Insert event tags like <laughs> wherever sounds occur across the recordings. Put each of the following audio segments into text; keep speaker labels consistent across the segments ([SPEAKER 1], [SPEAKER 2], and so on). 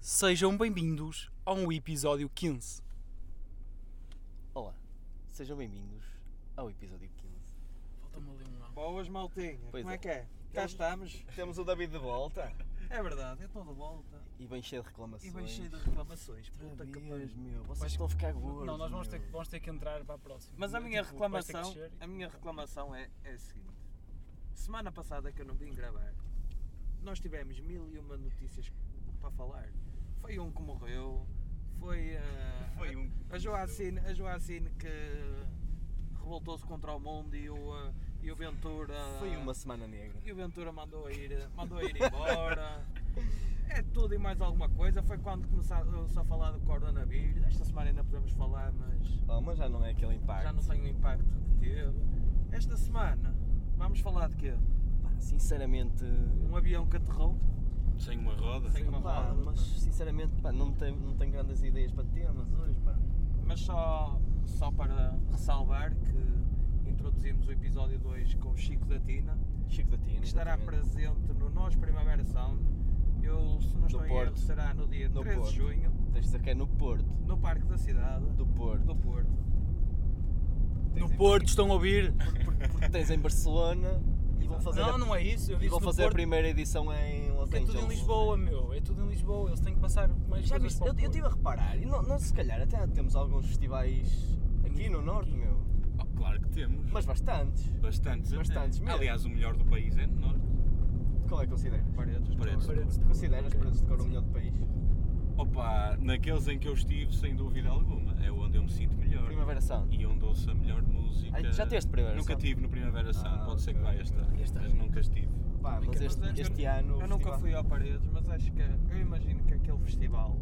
[SPEAKER 1] Sejam bem-vindos a um episódio 15.
[SPEAKER 2] Olá, sejam bem-vindos ao episódio 15.
[SPEAKER 1] Falta-me ali um A.
[SPEAKER 3] Boas, maltinha.
[SPEAKER 2] Pois
[SPEAKER 3] Como
[SPEAKER 2] é.
[SPEAKER 3] é que é? Cá estamos.
[SPEAKER 2] Temos o David de volta.
[SPEAKER 3] É verdade, eu estou de volta.
[SPEAKER 2] E bem cheio de reclamações.
[SPEAKER 3] E bem cheio de reclamações. Puta
[SPEAKER 2] Outra
[SPEAKER 3] que
[SPEAKER 2] vez,
[SPEAKER 3] pariu.
[SPEAKER 2] meu. Vocês
[SPEAKER 1] Vais-
[SPEAKER 2] estão a ficar gordos.
[SPEAKER 1] Não, nós vamos ter,
[SPEAKER 2] meu.
[SPEAKER 1] que- vamos ter que entrar para a próxima.
[SPEAKER 3] Mas a
[SPEAKER 1] Tipo,
[SPEAKER 3] minha
[SPEAKER 1] vais ter que
[SPEAKER 3] reclamação,
[SPEAKER 1] descer e-
[SPEAKER 3] a minha reclamação é, é a seguinte. Semana passada que eu não vim gravar, nós tivemos mil e uma notícias para falar. Foi um que morreu, foi, ah,
[SPEAKER 2] <laughs> Foi um que
[SPEAKER 3] a, a Joacine, a Joacine que revoltou-se contra o mundo e o, ah, e o Ventura...
[SPEAKER 2] Foi uma semana negra.
[SPEAKER 3] E o Ventura mandou ir, mandou ir embora. É tudo e mais alguma coisa. Foi quando começou a falar do coronavírus. Esta semana ainda podemos falar, mas
[SPEAKER 2] Oh, mas já não é aquele impacto.
[SPEAKER 3] já não tem o impacto que teve. Esta semana vamos falar de quê?
[SPEAKER 2] Pá, Sinceramente.
[SPEAKER 1] é
[SPEAKER 3] Um avião que aterrou.
[SPEAKER 4] Sem uma roda?
[SPEAKER 1] assim
[SPEAKER 3] Sem uma
[SPEAKER 2] pá,
[SPEAKER 3] roda,
[SPEAKER 2] mas sinceramente, pá, não tenho, não tenho grandes ideias para temas hoje, pá.
[SPEAKER 3] Mas só, só para ressalvar que introduzimos o episódio 2 com o Chico da Tina,
[SPEAKER 2] Chico da Tina.
[SPEAKER 3] que estará
[SPEAKER 2] exatamente.
[SPEAKER 3] presente no Nós Primavera Sound. Eu, se não
[SPEAKER 2] No
[SPEAKER 3] estou em erro,
[SPEAKER 2] Porto.
[SPEAKER 3] será no dia
[SPEAKER 2] No
[SPEAKER 3] 13
[SPEAKER 2] Porto.
[SPEAKER 3] de junho,
[SPEAKER 2] Tens de dizer que é no Porto.
[SPEAKER 3] no Parque da Cidade.
[SPEAKER 2] Do Porto.
[SPEAKER 3] do Porto.
[SPEAKER 2] Tens
[SPEAKER 1] No
[SPEAKER 2] em-
[SPEAKER 1] Porto, estão a ouvir?
[SPEAKER 2] Porque tens em Barcelona e vão fazer. a...
[SPEAKER 1] Não, não é isso. Eu
[SPEAKER 2] E
[SPEAKER 1] disse
[SPEAKER 2] vão
[SPEAKER 1] no
[SPEAKER 2] fazer a
[SPEAKER 1] Porto,
[SPEAKER 2] primeira edição em Los
[SPEAKER 1] porque É
[SPEAKER 2] Angeles.
[SPEAKER 1] tudo em Lisboa, meu. É tudo em Lisboa. Eles têm que passar mais
[SPEAKER 2] Já
[SPEAKER 1] coisas
[SPEAKER 2] viste?
[SPEAKER 1] para o
[SPEAKER 2] Eu, eu
[SPEAKER 1] Porto.
[SPEAKER 2] estive a reparar, e nó- nós se calhar até temos alguns festivais aqui no Norte, meu.
[SPEAKER 4] Oh, claro que temos.
[SPEAKER 2] Mas bastantes.
[SPEAKER 4] Bastantes. até.
[SPEAKER 2] Bastantes mesmo.
[SPEAKER 4] Aliás, o melhor do país é no norte.
[SPEAKER 2] Qual é que consideras?
[SPEAKER 3] Paredes.
[SPEAKER 4] Paredes.
[SPEAKER 1] Paredes de-
[SPEAKER 2] Consideras
[SPEAKER 1] ok.
[SPEAKER 2] para de Couro o melhor do país?
[SPEAKER 4] Opa, naqueles em que eu estive, sem dúvida alguma, é onde eu me sinto melhor.
[SPEAKER 2] Primavera Sound.
[SPEAKER 4] E onde ouço a melhor música.
[SPEAKER 2] Ai, já teste Primavera
[SPEAKER 4] Nunca
[SPEAKER 2] Sound?
[SPEAKER 4] tive no Primavera Sound,
[SPEAKER 2] Ah,
[SPEAKER 4] pode ser que
[SPEAKER 2] ok,
[SPEAKER 4] vá esta.
[SPEAKER 2] ok.
[SPEAKER 1] Este
[SPEAKER 4] Mas
[SPEAKER 1] ano.
[SPEAKER 4] nunca estive.
[SPEAKER 2] Pá, mas
[SPEAKER 3] Mas
[SPEAKER 2] este,
[SPEAKER 3] é que
[SPEAKER 2] este
[SPEAKER 3] eu-
[SPEAKER 2] ano. o
[SPEAKER 3] Eu nunca
[SPEAKER 2] festival-
[SPEAKER 3] fui ao Paredes, mas acho que eu imagino que aquele festival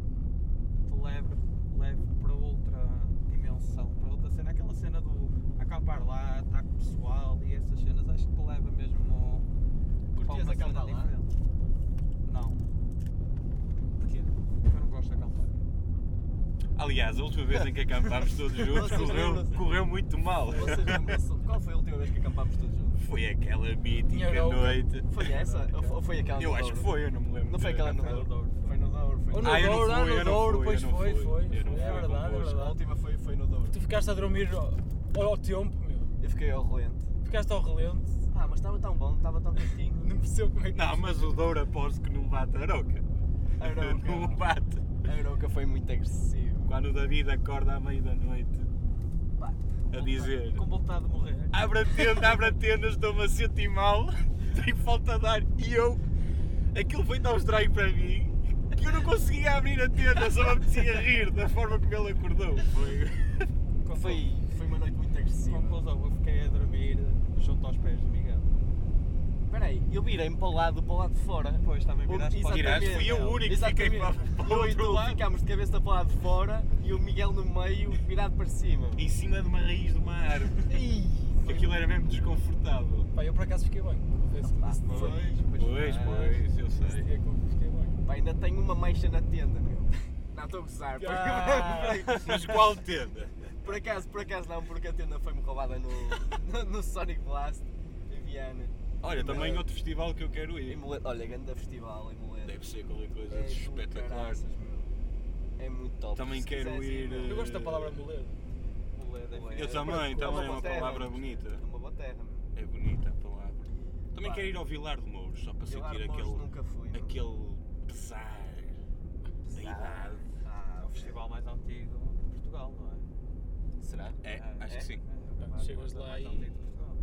[SPEAKER 3] te leve, leve para outra dimensão, para outra cena. Aquela cena do acampar lá, estar com o pessoal e essas cenas, acho que te leva mesmo ao- para
[SPEAKER 2] Curtias
[SPEAKER 3] uma cena
[SPEAKER 2] acampar lá?
[SPEAKER 3] diferente. Não,
[SPEAKER 4] Porquê?
[SPEAKER 3] porque eu não gosto de acampar.
[SPEAKER 4] Aliás, a última vez em que acampámos todos juntos
[SPEAKER 2] Vocês
[SPEAKER 4] correu,
[SPEAKER 2] lembram-se?
[SPEAKER 4] correu muito mal.
[SPEAKER 2] Vocês
[SPEAKER 4] <laughs>
[SPEAKER 2] lembram-se? Qual foi a última vez que acampámos todos juntos?
[SPEAKER 4] Foi aquela mítica
[SPEAKER 1] Tinha Europa.
[SPEAKER 4] noite.
[SPEAKER 2] Foi essa? Ou f- Ou foi aquela
[SPEAKER 4] Eu
[SPEAKER 2] no
[SPEAKER 4] acho que
[SPEAKER 2] Douro?
[SPEAKER 4] foi, eu não me lembro.
[SPEAKER 2] Não foi aquela no
[SPEAKER 4] Foi
[SPEAKER 2] Douro?
[SPEAKER 3] Douro,
[SPEAKER 2] Foi no Douro. Foi
[SPEAKER 1] Ou no
[SPEAKER 4] Ah, eu não
[SPEAKER 1] Douro, ah,
[SPEAKER 4] fui,
[SPEAKER 1] no
[SPEAKER 4] eu não
[SPEAKER 1] Douro,
[SPEAKER 4] fui,
[SPEAKER 1] pois
[SPEAKER 4] eu não
[SPEAKER 1] foi,
[SPEAKER 4] fui.
[SPEAKER 1] foi.
[SPEAKER 4] Eu não
[SPEAKER 1] É
[SPEAKER 4] fui
[SPEAKER 1] verdade, é
[SPEAKER 4] convosco.
[SPEAKER 1] verdade.
[SPEAKER 2] A última foi, foi no Douro.
[SPEAKER 1] Tu ficaste a dormir ao, ao tempo, meu.
[SPEAKER 2] Eu fiquei ao relento.
[SPEAKER 1] Ficaste ao relento.
[SPEAKER 2] Ah, mas estava tão bom, estava tão quentinho.
[SPEAKER 1] Não percebo como é que.
[SPEAKER 4] Não, mas o Douro aposto que não bate a Aroca.
[SPEAKER 2] Aroca.
[SPEAKER 4] <laughs> Não bate.
[SPEAKER 2] A Aroca foi muito agressivo.
[SPEAKER 4] Quando o David acorda à meia da noite
[SPEAKER 2] Pá,
[SPEAKER 4] a dizer
[SPEAKER 3] Com vontade de morrer.
[SPEAKER 4] Abra a tenda, abra a tenda, estou-me a sentir mal, <laughs> tenho falta de ar e eu, aquilo foi tão estranho para mim que eu não conseguia abrir a tenda, só me apetecia rir da forma como ele acordou. Foi...
[SPEAKER 2] Foi, foi uma noite muito agressiva.
[SPEAKER 3] Conclusão, eu fiquei a dormir junto aos pés de Miguel.
[SPEAKER 2] Espera aí, eu virei-me para o lado, para o lado de fora.
[SPEAKER 3] Depois também
[SPEAKER 2] O-
[SPEAKER 3] viraste para o-
[SPEAKER 4] Viraste,
[SPEAKER 2] exatamente,
[SPEAKER 4] fui eu o único que
[SPEAKER 2] exatamente.
[SPEAKER 4] fiquei para- para o
[SPEAKER 2] Eu e
[SPEAKER 4] outro
[SPEAKER 2] tu
[SPEAKER 4] lado.
[SPEAKER 2] ficámos de cabeça para o lado de fora e o Miguel no meio virado para cima.
[SPEAKER 4] Em cima de uma raiz de uma árvore,
[SPEAKER 2] Ih,
[SPEAKER 4] que aquilo era mesmo desconfortável.
[SPEAKER 1] Pá, eu por acaso fiquei bem. Confesso que nesse dia-
[SPEAKER 4] Pois, pois, eu
[SPEAKER 1] nesse
[SPEAKER 4] sei.
[SPEAKER 1] dia que eu fiquei bem.
[SPEAKER 2] Pá, ainda tenho uma mancha na tenda, meu. Não estou a gozar. Por,
[SPEAKER 1] Ah.
[SPEAKER 4] Mas qual tenda?
[SPEAKER 2] <laughs> por acaso, por acaso não, porque a tenda foi-me roubada no, no, <laughs> no Sonic Blast em Viana.
[SPEAKER 4] Olha, também outro festival que eu quero
[SPEAKER 2] Em
[SPEAKER 4] ir.
[SPEAKER 2] Molete, olha, grande festival em Molete.
[SPEAKER 4] Deve ser um qualquer coisa
[SPEAKER 2] É
[SPEAKER 4] de
[SPEAKER 2] do
[SPEAKER 4] espetacular.
[SPEAKER 2] caraças, meu. É muito top.
[SPEAKER 4] Também
[SPEAKER 2] Se
[SPEAKER 4] quero
[SPEAKER 2] quiseres é
[SPEAKER 4] ir,
[SPEAKER 3] eh,
[SPEAKER 2] meu.
[SPEAKER 1] Eu gosto da palavra moleiro.
[SPEAKER 4] Eu também, também é uma palavra bonita.
[SPEAKER 2] É uma boa terra, meu.
[SPEAKER 4] É bonita a palavra. Também
[SPEAKER 2] Pá.
[SPEAKER 4] quero ir ao Vilar de Mouros, só para
[SPEAKER 2] Vilar
[SPEAKER 4] sentir
[SPEAKER 2] de Mouros
[SPEAKER 4] aquele,
[SPEAKER 2] nunca fui, não.
[SPEAKER 4] aquele pesar da idade.
[SPEAKER 2] Ah,
[SPEAKER 3] É o festival mais antigo de Portugal, não é?
[SPEAKER 2] Será?
[SPEAKER 4] É, acho
[SPEAKER 2] é?
[SPEAKER 4] que sim.
[SPEAKER 3] É,
[SPEAKER 1] Chegas lá
[SPEAKER 3] mais
[SPEAKER 1] e-
[SPEAKER 3] antigo de Portugal.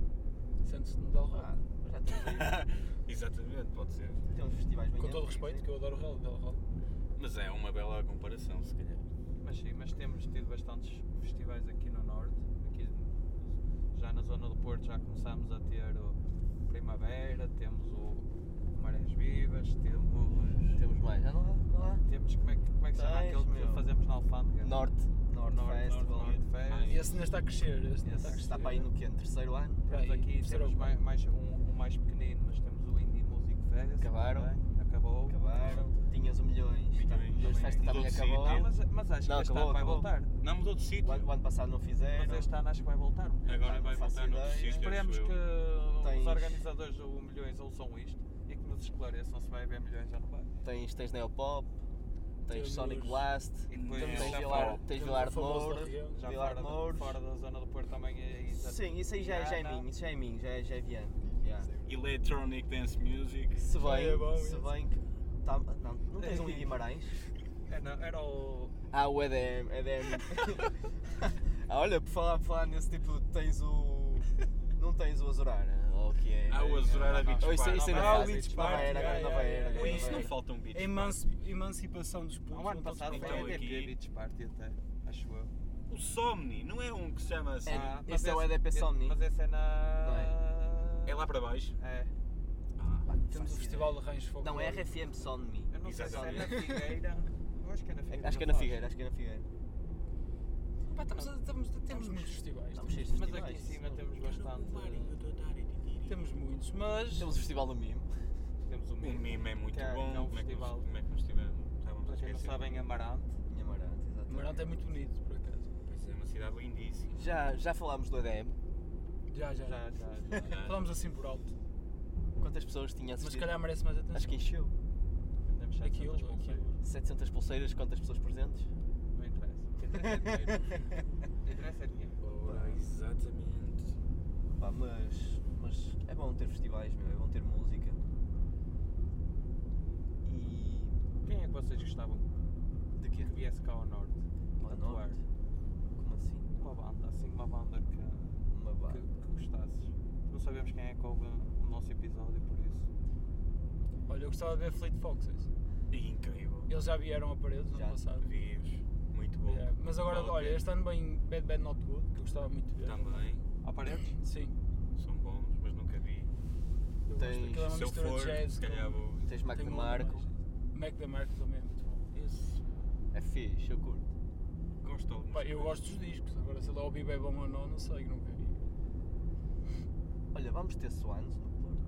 [SPEAKER 1] Sentes-te no Del
[SPEAKER 2] Ah,
[SPEAKER 1] Rey.
[SPEAKER 2] já temos aí.
[SPEAKER 3] <laughs>
[SPEAKER 4] <laughs> Exatamente, pode ser.
[SPEAKER 2] Tem uns festivais bem
[SPEAKER 1] Com todo o
[SPEAKER 2] antigos,
[SPEAKER 1] respeito,
[SPEAKER 2] hein?
[SPEAKER 1] que eu adoro o Rally, Del Rey.
[SPEAKER 4] Mas é uma bela comparação, se calhar.
[SPEAKER 3] Mas sim, mas temos tido bastantes festivais aqui no norte. Aqui já na zona do Porto já começámos a ter o Primavera, temos o Marés Vivas, temos.
[SPEAKER 2] Temos mais. Ah, não há? Não há?
[SPEAKER 3] Temos como é que, como é que se chama
[SPEAKER 2] Tens,
[SPEAKER 3] aquele
[SPEAKER 2] meu.
[SPEAKER 3] que fazemos na Alfândega?
[SPEAKER 2] Norte. Norte,
[SPEAKER 3] Norte,
[SPEAKER 2] Festival.
[SPEAKER 3] Norte,
[SPEAKER 4] Ah,
[SPEAKER 3] Fest.
[SPEAKER 1] Esse ainda está a crescer. Esse ainda está a
[SPEAKER 3] Esse
[SPEAKER 1] crescer.
[SPEAKER 2] Está para aí no quê? No terceiro ano?
[SPEAKER 1] Para aí,
[SPEAKER 3] Temos aqui
[SPEAKER 1] terceiro
[SPEAKER 3] temos
[SPEAKER 1] ano.
[SPEAKER 3] mais, mais um, um mais pequenino, mas temos o Indie Music Fest.
[SPEAKER 2] Acabaram.
[SPEAKER 3] também. Acabou.
[SPEAKER 2] Acabaram. Tinha Milhões ou milhões. Mas
[SPEAKER 4] Milhões, também.
[SPEAKER 2] festa também
[SPEAKER 4] Mudou de
[SPEAKER 2] acabou.
[SPEAKER 3] Ah,
[SPEAKER 4] sítio.
[SPEAKER 3] mas, mas acho
[SPEAKER 2] Não,
[SPEAKER 3] que este
[SPEAKER 2] acabou,
[SPEAKER 3] ano vai
[SPEAKER 2] acabou.
[SPEAKER 3] voltar.
[SPEAKER 4] Não, mas outro sítio.
[SPEAKER 2] O ano, o ano passado É, não fizeram.
[SPEAKER 3] Mas este ano acho que vai voltar.
[SPEAKER 2] É,
[SPEAKER 4] Agora vai
[SPEAKER 2] faço
[SPEAKER 4] voltar noutro
[SPEAKER 2] ideia.
[SPEAKER 4] sítio. acho
[SPEAKER 3] Esperemos
[SPEAKER 4] eu.
[SPEAKER 3] que os
[SPEAKER 2] Tens-
[SPEAKER 3] organizadores do Um Milhões ouçam isto e que nos esclareçam se vai haver milhões ou não vai.
[SPEAKER 2] Tens, tens Neopop, tens
[SPEAKER 1] Temos-
[SPEAKER 2] Sonic Blast,
[SPEAKER 3] E depois
[SPEAKER 2] tens
[SPEAKER 3] já
[SPEAKER 2] Vilar,
[SPEAKER 3] fora-
[SPEAKER 2] tens
[SPEAKER 1] temos
[SPEAKER 2] Vilar
[SPEAKER 1] o
[SPEAKER 2] de
[SPEAKER 1] famoso
[SPEAKER 2] Moura.
[SPEAKER 1] da região.
[SPEAKER 3] Já
[SPEAKER 2] Vilar
[SPEAKER 3] fora,
[SPEAKER 2] de
[SPEAKER 3] da-
[SPEAKER 2] Mouros.
[SPEAKER 3] fora da zona do Porto também é isso.
[SPEAKER 2] Sim, isso aí já, já é
[SPEAKER 3] Viana.
[SPEAKER 2] mim, isso já é mim, já, é- já é Viana. já.
[SPEAKER 4] Electronic Dance Music.
[SPEAKER 2] Se
[SPEAKER 1] Já é bom
[SPEAKER 2] bem, se
[SPEAKER 1] isso.
[SPEAKER 2] bem que. tá- não, não tens um em Guimarães?
[SPEAKER 3] Era, É, era o.
[SPEAKER 2] Ah, o EDM, EDM. <laughs> ah, olha, por falar, por falar nesse tipo, tens o. Não tens o Azurara, ou o que é?
[SPEAKER 4] Ah, o Azurara Beach
[SPEAKER 2] Ou isso,
[SPEAKER 4] Park.
[SPEAKER 2] isso ainda
[SPEAKER 1] Ah, o
[SPEAKER 2] fazem,
[SPEAKER 1] Beach
[SPEAKER 2] tipo, Nova
[SPEAKER 1] Park,
[SPEAKER 2] Era,
[SPEAKER 1] já,
[SPEAKER 2] Nova
[SPEAKER 1] já,
[SPEAKER 2] Era,
[SPEAKER 1] já,
[SPEAKER 2] Nova
[SPEAKER 1] já.
[SPEAKER 2] Era. um
[SPEAKER 4] Isso não falta um beat.
[SPEAKER 2] É
[SPEAKER 1] A emanci- emancipação dos putos.
[SPEAKER 3] O ano
[SPEAKER 1] não todos
[SPEAKER 3] passado
[SPEAKER 1] pintam.
[SPEAKER 3] foi a
[SPEAKER 4] então
[SPEAKER 3] EDP
[SPEAKER 4] aqui-
[SPEAKER 3] Beach Party até, acho eu.
[SPEAKER 4] O Somni, não é um que se chama assim.
[SPEAKER 2] É.
[SPEAKER 3] ah, mas
[SPEAKER 2] esse é o EDP Somni.
[SPEAKER 3] Mas esse é na.
[SPEAKER 4] É lá para baixo.
[SPEAKER 3] É.
[SPEAKER 4] Ah,
[SPEAKER 1] Temos o Festival de Range Fogo.
[SPEAKER 2] Não, é RFM Somni.
[SPEAKER 3] Eu não sei se é na
[SPEAKER 4] Exatamente.
[SPEAKER 3] Figueira. Eu acho que é na Figueira.
[SPEAKER 2] Acho que é na
[SPEAKER 3] Foz.
[SPEAKER 2] Figueira, acho que é na Figueira.
[SPEAKER 1] Pá, estamos a- estamos- temos muitos festivais.
[SPEAKER 2] Estamos cheios de
[SPEAKER 3] Mas aqui em
[SPEAKER 2] festivais.
[SPEAKER 3] cima temos bastante.
[SPEAKER 1] Temos muitos, mas.
[SPEAKER 2] Temos o Festival do Mimo.
[SPEAKER 3] Temos o
[SPEAKER 4] o
[SPEAKER 3] Mimo.
[SPEAKER 4] Mime é muito
[SPEAKER 3] Que é-
[SPEAKER 4] bom.
[SPEAKER 3] que é um
[SPEAKER 4] como, é que
[SPEAKER 3] festival.
[SPEAKER 4] nos, como é que nos tivemos? Estávamos a
[SPEAKER 3] Para quem não
[SPEAKER 4] esquecer.
[SPEAKER 3] sabem, Amarante.
[SPEAKER 2] Minha Marante, exatamente.
[SPEAKER 1] Maranta é muito bonito, por acaso.
[SPEAKER 4] Pois é, uma cidade lindíssima.
[SPEAKER 2] Já, já falámos do EDM.
[SPEAKER 1] Já, já.
[SPEAKER 3] Já, já, já.
[SPEAKER 1] Falamos assim por alto.
[SPEAKER 2] Quantas pessoas tinha
[SPEAKER 1] Mas se
[SPEAKER 2] assistido?
[SPEAKER 1] calhar merece mais atenção.
[SPEAKER 2] Acho que encheu.
[SPEAKER 3] Temos já
[SPEAKER 1] Aquilo,
[SPEAKER 3] tantas
[SPEAKER 1] aquilo.
[SPEAKER 3] pulseiras.
[SPEAKER 2] 700 pulseiras, quantas pessoas presentes?
[SPEAKER 3] Não interessa. O que <laughs> interessa é dinheiro. O que interessa é dinheiro.
[SPEAKER 4] Ora,
[SPEAKER 2] é.
[SPEAKER 4] exatamente.
[SPEAKER 2] <laughs> Pá, mas, mas é bom ter festivais, meu, é bom ter música. E.
[SPEAKER 3] Quem é que vocês gostavam
[SPEAKER 2] de quê?
[SPEAKER 3] que viesse cá ao Norte?
[SPEAKER 2] Ao
[SPEAKER 3] Atuar.
[SPEAKER 2] norte? Como assim?
[SPEAKER 3] Uma banda, assim, uma banda que, que,
[SPEAKER 2] Uma bar.
[SPEAKER 3] que gostasses. Não sabemos quem é que ouve o nosso episódio, por isso.
[SPEAKER 1] Olha, eu gostava de ver Fleet Foxes.
[SPEAKER 4] Incrível. Tá
[SPEAKER 1] Eles já vieram a parede no
[SPEAKER 2] Já.
[SPEAKER 1] ano passado.
[SPEAKER 4] Vivos. Muito bom.
[SPEAKER 1] Yeah, Mas agora,
[SPEAKER 4] Vale a
[SPEAKER 1] olha,
[SPEAKER 4] pena.
[SPEAKER 1] este ano bem Bad Bad Not Good, que eu gostava muito de ver.
[SPEAKER 4] Também.
[SPEAKER 3] Há paredes?
[SPEAKER 1] Sim.
[SPEAKER 4] São bons, mas nunca vi.
[SPEAKER 1] Eu gosto.
[SPEAKER 2] Tens-
[SPEAKER 1] Aquilo é uma
[SPEAKER 4] Se eu
[SPEAKER 1] mistura
[SPEAKER 4] for,
[SPEAKER 1] de jazz
[SPEAKER 4] se calhar
[SPEAKER 1] com-
[SPEAKER 4] vou.
[SPEAKER 2] Tens Mac
[SPEAKER 1] tem
[SPEAKER 2] de
[SPEAKER 1] uma
[SPEAKER 2] Marco.
[SPEAKER 1] imagem. Mac de Marco também é muito bom. Esse.
[SPEAKER 2] É fixe, eu curto.
[SPEAKER 4] Gosto de algumas
[SPEAKER 1] Pá, eu
[SPEAKER 4] coisas.
[SPEAKER 1] gosto dos discos, agora se lá o Biba é bom ou não, não sei, que nunca vi.
[SPEAKER 2] Olha, vamos ter Swans no Porto.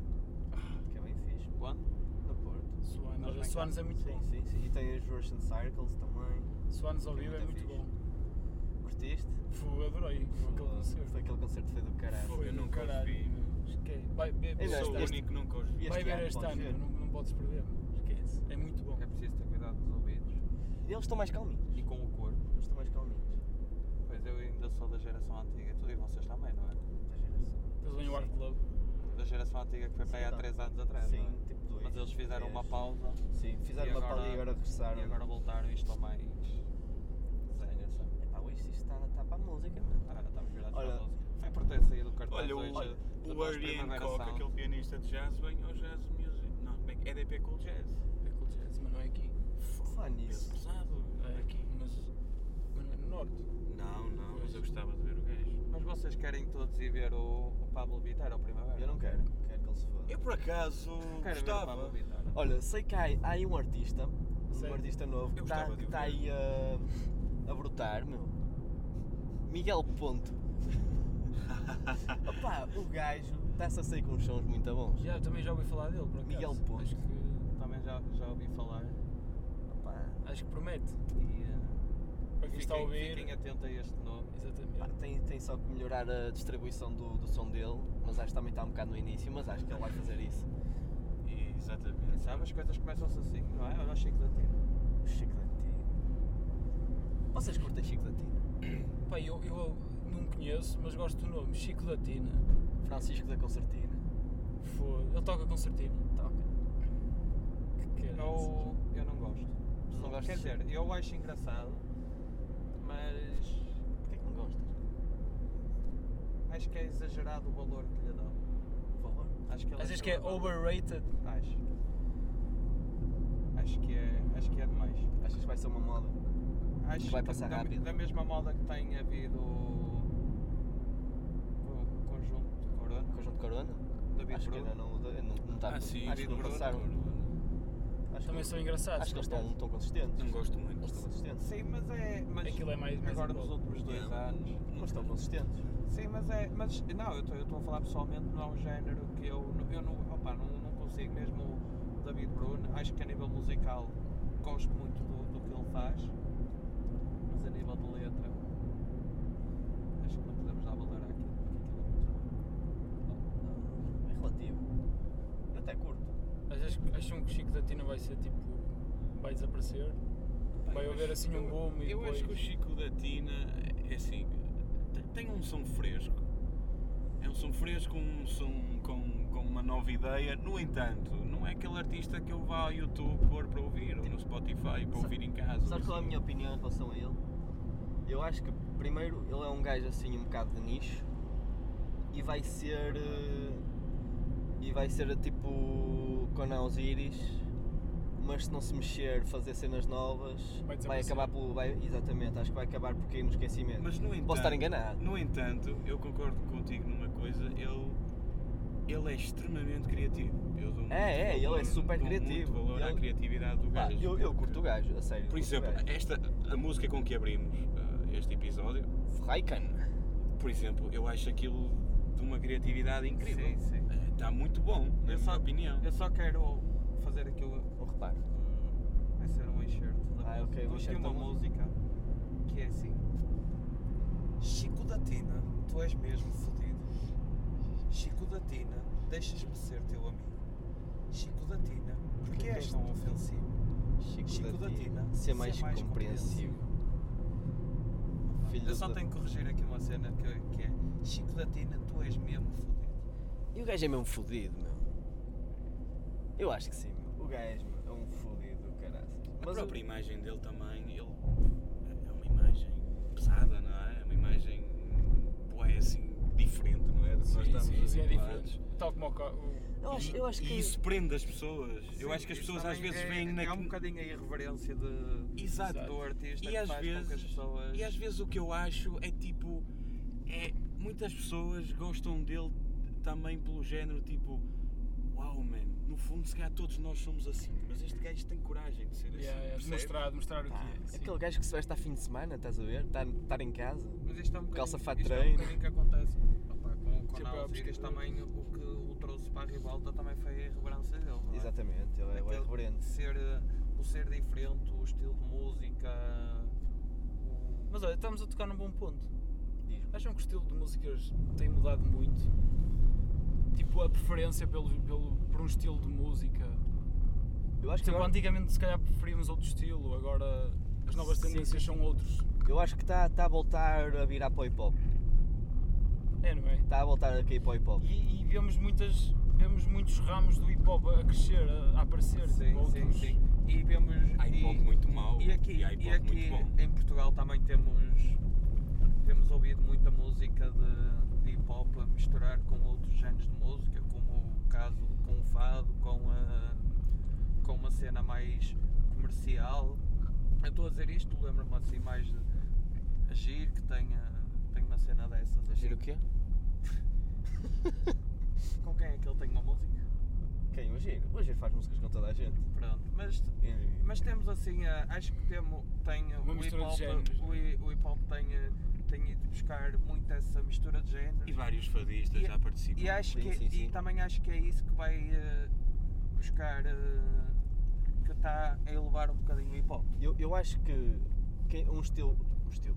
[SPEAKER 1] Ah.
[SPEAKER 2] Que é bem fixe.
[SPEAKER 3] Quando?
[SPEAKER 2] No Porto.
[SPEAKER 1] Swans,
[SPEAKER 3] Nós
[SPEAKER 1] olha,
[SPEAKER 3] lá em
[SPEAKER 1] Swans
[SPEAKER 3] casa.
[SPEAKER 1] é muito
[SPEAKER 2] sim,
[SPEAKER 1] bom.
[SPEAKER 2] sim, sim. E tem as Russian Circles também.
[SPEAKER 1] Swans ao
[SPEAKER 2] Que é
[SPEAKER 1] vivo é
[SPEAKER 2] muito
[SPEAKER 1] muito
[SPEAKER 2] fixe.
[SPEAKER 1] bom.
[SPEAKER 2] Curtiste?
[SPEAKER 1] Foi, adorei, foi aquele concerto.
[SPEAKER 2] Foi aquele concerto foi do caralho.
[SPEAKER 1] Foi
[SPEAKER 4] Eu
[SPEAKER 1] do
[SPEAKER 4] nunca os
[SPEAKER 1] caralho.
[SPEAKER 4] vi, meu.
[SPEAKER 1] Esquece. Vai ver
[SPEAKER 2] Ainda
[SPEAKER 1] vai
[SPEAKER 4] Sou o
[SPEAKER 1] ver
[SPEAKER 2] este-
[SPEAKER 4] único que nunca os vi.
[SPEAKER 2] este
[SPEAKER 1] vai ver
[SPEAKER 2] ano
[SPEAKER 1] este
[SPEAKER 2] podes
[SPEAKER 1] ano,
[SPEAKER 2] ver.
[SPEAKER 1] não, não podes perder. Esquece. É muito bom.
[SPEAKER 3] É preciso ter cuidado dos ouvidos
[SPEAKER 2] Eles estão mais calminhos.
[SPEAKER 3] e com o corpo.
[SPEAKER 2] Eles estão mais calminhos.
[SPEAKER 3] Pois eu ainda sou da geração antiga, tu e vocês também, não é?
[SPEAKER 2] Da geração.
[SPEAKER 1] Eles vêm o Art Club.
[SPEAKER 3] Da geração antiga que foi para aí há
[SPEAKER 2] Sim, tá.
[SPEAKER 3] 3 anos atrás,
[SPEAKER 2] Sim,
[SPEAKER 3] não é?
[SPEAKER 2] tipo dois.
[SPEAKER 3] Mas eles fizeram
[SPEAKER 2] três.
[SPEAKER 3] uma pausa
[SPEAKER 2] Sim, fizeram
[SPEAKER 3] E
[SPEAKER 2] uma pausa e
[SPEAKER 3] agora-
[SPEAKER 2] agora regressaram.
[SPEAKER 3] e agora voltaram e estão mais. Zengas.
[SPEAKER 2] Epá, hoje isto está, está para a música, mano.
[SPEAKER 3] Ah, estava virado
[SPEAKER 2] Olha-
[SPEAKER 3] para a música. Foi por ter saído o cartaz
[SPEAKER 4] Olha,
[SPEAKER 3] hoje.
[SPEAKER 4] o, olha,
[SPEAKER 3] da
[SPEAKER 4] o
[SPEAKER 3] Voz
[SPEAKER 4] Herbie
[SPEAKER 3] Primavera
[SPEAKER 4] Hancock,
[SPEAKER 3] Sound.
[SPEAKER 4] aquele pianista de jazz, vem ao Jazz Music. Não, bem, é DP Cool Jazz.
[SPEAKER 1] É cool jazz, mas não é aqui.
[SPEAKER 2] Falar nisso.
[SPEAKER 4] pesado.
[SPEAKER 1] É aqui, mas, mas não é no norte.
[SPEAKER 4] Não, não, mas eu gostava de ver o gajo.
[SPEAKER 3] Mas vocês querem todos ir ver o, o Pablo Vittar ao Primavera?
[SPEAKER 2] Eu não quero. Quero que ele se foda.
[SPEAKER 4] Eu por acaso
[SPEAKER 3] Não quero ver o Pablo
[SPEAKER 4] gostava.
[SPEAKER 3] Vittar.
[SPEAKER 2] Olha, sei que há, há aí um artista, um
[SPEAKER 1] Sério?
[SPEAKER 2] artista novo, que
[SPEAKER 4] Eu
[SPEAKER 2] está
[SPEAKER 4] gostava de o
[SPEAKER 2] tá
[SPEAKER 4] ver.
[SPEAKER 2] aí a, a brotar, meu. Miguel Ponto. Opá, o gajo está-se a sair com uns sons muito bons.
[SPEAKER 1] Já, também já ouvi falar dele, por acaso.
[SPEAKER 2] Miguel Pontes.
[SPEAKER 1] Acho que,
[SPEAKER 3] Também já, já ouvi falar.
[SPEAKER 2] Opá,
[SPEAKER 1] acho que promete.
[SPEAKER 3] E, eh,
[SPEAKER 1] Para quem está a
[SPEAKER 3] fiquem,
[SPEAKER 1] ouvir.
[SPEAKER 3] fiquem atentos a este nome.
[SPEAKER 4] Ah,
[SPEAKER 2] pá,
[SPEAKER 1] Exatamente.
[SPEAKER 2] tem, tem só que melhorar a distribuição do, do som dele, mas acho que também está um bocado no início, mas acho que ele vai fazer isso.
[SPEAKER 3] Quem
[SPEAKER 4] <laughs> Exatamente.
[SPEAKER 3] sabe as coisas começam-se assim, não é? Olha o Chico da Tina.
[SPEAKER 2] Chicletinho. Vocês curtem chicletinho?
[SPEAKER 1] Pá, eu, eu não conheço, mas gosto do nome. Chico Latina.
[SPEAKER 2] Francisco da Concertina.
[SPEAKER 1] Foda. Ele toca concertina.
[SPEAKER 2] Toca.
[SPEAKER 4] Tá.
[SPEAKER 1] Que é
[SPEAKER 4] É
[SPEAKER 1] caralho.
[SPEAKER 3] Eu, eu não gosto.
[SPEAKER 2] Não gostas?
[SPEAKER 3] Quer dizer, eu acho engraçado, mas
[SPEAKER 2] Porquê que não gostas?
[SPEAKER 3] acho que é exagerado o valor que lhe dão.
[SPEAKER 2] Por favor.
[SPEAKER 3] Acho que ele
[SPEAKER 1] Achas que é
[SPEAKER 3] sobre-
[SPEAKER 1] overrated?
[SPEAKER 3] Acho. Acho que é, acho que é demais.
[SPEAKER 2] Achas que vai ser uma moda? Um
[SPEAKER 3] Acho
[SPEAKER 2] Vai
[SPEAKER 3] que
[SPEAKER 2] passar
[SPEAKER 3] da,
[SPEAKER 2] rápido.
[SPEAKER 3] da mesma moda que tem havido o conjunto de corona,
[SPEAKER 2] Conjunto Corona?
[SPEAKER 3] da Big
[SPEAKER 2] Acho que ainda
[SPEAKER 3] Brother.
[SPEAKER 2] não, não, não está
[SPEAKER 4] Ah,
[SPEAKER 2] Acho que não passaram. Acho
[SPEAKER 1] Também
[SPEAKER 2] que,
[SPEAKER 1] são engraçados.
[SPEAKER 2] Acho que eles
[SPEAKER 1] por
[SPEAKER 2] estão,
[SPEAKER 1] acaso.
[SPEAKER 2] estão consistentes.
[SPEAKER 4] Não gosto
[SPEAKER 2] Eles estão
[SPEAKER 4] muito.
[SPEAKER 2] consistentes.
[SPEAKER 3] Sim, mas é. Mas
[SPEAKER 1] Aquilo é mais- mais
[SPEAKER 3] agora
[SPEAKER 1] em
[SPEAKER 3] nos
[SPEAKER 1] voga.
[SPEAKER 3] últimos dois
[SPEAKER 4] Yeah.
[SPEAKER 3] anos.
[SPEAKER 2] Mas estão consistentes.
[SPEAKER 3] Sim, mas é. Mas não, eu estou a falar pessoalmente, não é um género que eu. Eu não, opa, não, não consigo mesmo o David Bruno. Acho que a nível musical gosto muito do, do que ele faz, mas a nível de letra, acho que não podemos dar valor àquilo, porque aquilo é muito.
[SPEAKER 2] É relativo. Eu até curto.
[SPEAKER 1] Mas ach- acham que o Chico da Tina vai ser tipo. vai desaparecer? Vai
[SPEAKER 4] eu
[SPEAKER 1] haver
[SPEAKER 4] acho-
[SPEAKER 1] assim um
[SPEAKER 4] eu-
[SPEAKER 1] boom e
[SPEAKER 4] Eu acho que o
[SPEAKER 1] depois-
[SPEAKER 4] Chico da Tina é assim. te- tem um som fresco. É um som fresco, um som com, com uma nova ideia. No entanto, não é aquele artista que eu vá ao YouTube pôr para ouvir, ou no Spotify para
[SPEAKER 2] Sa-
[SPEAKER 4] ouvir em casa.
[SPEAKER 2] Sabes qual é a minha opinião em relação a ele? Eu acho que, primeiro, ele é um gajo assim um bocado de nicho e vai ser. eh, e vai ser eh, tipo. Conan Osiris, mas se não se mexer, fazer cenas novas,
[SPEAKER 1] Vai
[SPEAKER 2] vai,
[SPEAKER 1] desaparecer.
[SPEAKER 2] acabar pelo. Vai, exatamente, acho que vai acabar por cair no esquecimento.
[SPEAKER 4] Mas tá. no entanto,
[SPEAKER 2] Posso estar enganado.
[SPEAKER 4] No entanto, eu concordo contigo numa coisa, ele, ele é extremamente criativo. Eu dou muito
[SPEAKER 2] É, é, ele é
[SPEAKER 4] valor-
[SPEAKER 2] super
[SPEAKER 4] dou
[SPEAKER 2] criativo.
[SPEAKER 4] Muito valor à
[SPEAKER 2] Ele-
[SPEAKER 4] criatividade do
[SPEAKER 2] Pá,
[SPEAKER 4] gajo.
[SPEAKER 2] eu, eu curto o gajo, a sério.
[SPEAKER 4] Por
[SPEAKER 2] curto o
[SPEAKER 4] exemplo,
[SPEAKER 2] gajo.
[SPEAKER 4] esta, a música com que abrimos ah, este episódio,
[SPEAKER 2] Raikkonen.
[SPEAKER 4] por exemplo, eu acho aquilo de uma criatividade incrível.
[SPEAKER 3] Sim, sim.
[SPEAKER 4] Ah, Está muito bom, na
[SPEAKER 3] Eu
[SPEAKER 4] minha
[SPEAKER 3] só-
[SPEAKER 4] opinião.
[SPEAKER 3] Eu só quero fazer aqui o,
[SPEAKER 2] Um reparo.
[SPEAKER 3] Vai ser um enxerto da
[SPEAKER 2] Ah, ok,
[SPEAKER 3] música.
[SPEAKER 2] um
[SPEAKER 3] Vou ter
[SPEAKER 2] enxerto da
[SPEAKER 3] uma música que é assim. Chico da Tina, tu és mesmo fodido. Chico da Tina, deixas-me ser teu amigo. Chico da Tina, porque és tão ofensivo.
[SPEAKER 2] Chico,
[SPEAKER 3] Chico
[SPEAKER 2] da
[SPEAKER 3] da
[SPEAKER 2] Tina.
[SPEAKER 3] Tina,
[SPEAKER 2] Ser mais, compreensivo. Filho
[SPEAKER 3] Eu só
[SPEAKER 2] da-
[SPEAKER 3] tenho que corrigir aqui uma cena que, que é Chico da Tina, tu és mesmo fodido.
[SPEAKER 2] E o gajo é mesmo fodido, meu. Eu acho que sim, meu. O gajo meu, é um fodido, caralho.
[SPEAKER 4] a própria imagem dele também, ele é uma imagem pesada, não é? É uma imagem, pô, é assim, diferente, não é? Do que nós
[SPEAKER 1] Sim,
[SPEAKER 4] estamos
[SPEAKER 1] sim, isso é
[SPEAKER 4] habituados.
[SPEAKER 1] diferente. Tal como o. ca- o-
[SPEAKER 2] Eu acho,
[SPEAKER 4] E-
[SPEAKER 2] eu acho que.
[SPEAKER 4] E isso prende as pessoas. eu
[SPEAKER 3] Sim,
[SPEAKER 4] acho que as
[SPEAKER 3] isso
[SPEAKER 4] pessoas às
[SPEAKER 3] também
[SPEAKER 4] vezes
[SPEAKER 3] é,
[SPEAKER 4] vêm
[SPEAKER 3] É um
[SPEAKER 4] naquele-
[SPEAKER 3] bocadinho a irreverência de,
[SPEAKER 4] Exato.
[SPEAKER 3] do artista
[SPEAKER 4] E
[SPEAKER 3] que
[SPEAKER 4] às
[SPEAKER 3] faz com que as
[SPEAKER 4] vezes-
[SPEAKER 3] pessoas...
[SPEAKER 4] E às vezes o que eu acho é tipo. É, muitas pessoas gostam dele também pelo género tipo. Uau, man, no fundo, se calhar todos nós somos assim, mas este gajo tem coragem de ser assim.
[SPEAKER 1] Yeah, yeah, de
[SPEAKER 4] percebe?
[SPEAKER 1] mostrar, de mostrar o que
[SPEAKER 2] Pá,
[SPEAKER 1] é. sim.
[SPEAKER 2] Ah, aquele gajo que se veste a fim de semana, estás a ver? Estar estar em casa.
[SPEAKER 3] Mas isto é um bocadinho,
[SPEAKER 2] Calça fato
[SPEAKER 3] isto é um
[SPEAKER 2] treino.
[SPEAKER 3] bocadinho que acontece opá, com, com
[SPEAKER 1] Sempre há
[SPEAKER 3] Nau Alzires
[SPEAKER 1] pesca-
[SPEAKER 3] também o que o trouxe para a ribalta também foi a irreverência dele. não é?
[SPEAKER 2] Exatamente, ele é o
[SPEAKER 3] Aquele
[SPEAKER 2] irreverente.
[SPEAKER 3] Ser, eh, o ser diferente, o estilo de música. o-
[SPEAKER 1] Mas olha, estamos a tocar num bom ponto.
[SPEAKER 2] Diz-me.
[SPEAKER 1] Acham que o estilo de músicas tem mudado muito? Tipo, a preferência pelo, pelo, por um estilo de música.
[SPEAKER 2] Eu acho que
[SPEAKER 1] Tipo,
[SPEAKER 2] agora-
[SPEAKER 1] antigamente se calhar preferíamos outro estilo, agora as novas
[SPEAKER 2] Sim,
[SPEAKER 1] tendências são outros.
[SPEAKER 2] eu acho que está está a voltar a virar para o hip hop.
[SPEAKER 1] É, não é?
[SPEAKER 2] Está a voltar a cair para o hip hop.
[SPEAKER 1] E, e vemos muitas. Vemos muitos ramos do hip hop a crescer, a, a aparecer. tipo,
[SPEAKER 3] Sim,
[SPEAKER 1] outros.
[SPEAKER 3] sim, sim. E vemos.
[SPEAKER 4] Há hip hop
[SPEAKER 3] e-
[SPEAKER 4] muito mau
[SPEAKER 3] E aqui,
[SPEAKER 4] e há
[SPEAKER 3] e
[SPEAKER 4] hip hop
[SPEAKER 3] aqui
[SPEAKER 4] muito bom.
[SPEAKER 3] em Portugal também temos, temos ouvido muita música de, de hip hop a misturar com outros géneros de música, como o caso com o fado, com, a, com uma cena mais comercial. Eu estou a dizer isto, lembro-me assim mais de Agir, que tenha, tenha uma cena dessas.
[SPEAKER 2] Tá Giro o
[SPEAKER 3] assim.
[SPEAKER 2] quê?
[SPEAKER 3] Com quem é que ele tem uma música?
[SPEAKER 2] Quem? O Giro? O Giro faz músicas com toda a gente.
[SPEAKER 3] Pronto, mas
[SPEAKER 2] E-
[SPEAKER 3] Mas temos assim, eh, acho que temo, tem
[SPEAKER 1] Uma
[SPEAKER 3] o hip
[SPEAKER 1] mistura de
[SPEAKER 3] hop,
[SPEAKER 1] géneros,
[SPEAKER 3] o, hi- o hip hop tem, eh, tem ido buscar muito essa mistura de
[SPEAKER 4] E
[SPEAKER 3] géneros
[SPEAKER 4] vários fadistas
[SPEAKER 3] E-
[SPEAKER 4] já participam.
[SPEAKER 3] e, acho
[SPEAKER 2] Sim,
[SPEAKER 3] que,
[SPEAKER 2] sim, sim.
[SPEAKER 3] e também acho que é isso que vai eh, buscar eh, que está a elevar um bocadinho o hip hop.
[SPEAKER 2] Eu, eu acho que, que um estilo. Um estilo.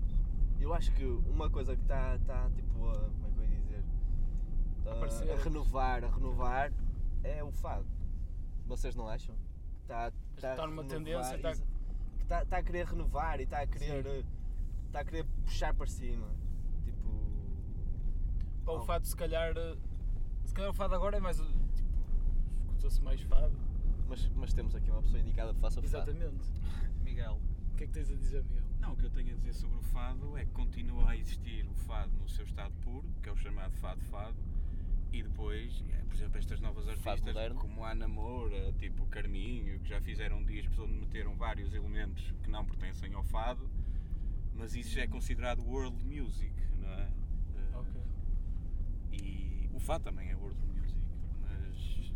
[SPEAKER 2] Eu acho que uma coisa que está tá, tipo a. Como é que eu ia dizer? A,
[SPEAKER 1] Aparecer.
[SPEAKER 2] a renovar, a renovar é o fado. Vocês não acham? tá, Está
[SPEAKER 1] Está numa tendência, tá- está-
[SPEAKER 2] Está tá a querer renovar e está a querer. eh, Está a querer puxar para cima. Tipo.
[SPEAKER 1] Pá, o
[SPEAKER 2] Oh.
[SPEAKER 1] fado se calhar. eh, Se calhar o fado agora é mais. o- Tipo, escuta-se mais fado.
[SPEAKER 2] Mas, mas temos aqui uma pessoa indicada para faça o fado.
[SPEAKER 1] Exatamente.
[SPEAKER 3] Miguel,
[SPEAKER 1] O que é que tens a dizer, Miguel?
[SPEAKER 4] Não, o que eu tenho a dizer sobre o fado é que continua a existir o fado no seu estado puro, que é o chamado fado-fado, e depois, eh, por exemplo, estas novas
[SPEAKER 2] Fado
[SPEAKER 4] artistas,
[SPEAKER 2] moderno.
[SPEAKER 4] como a Ana Moura, tipo Carminho, que já fizeram um discos onde meteram vários elementos que não pertencem ao fado, mas isso já é considerado world music, não é? Eh,
[SPEAKER 1] Ok.
[SPEAKER 4] E o fado também é world music, mas,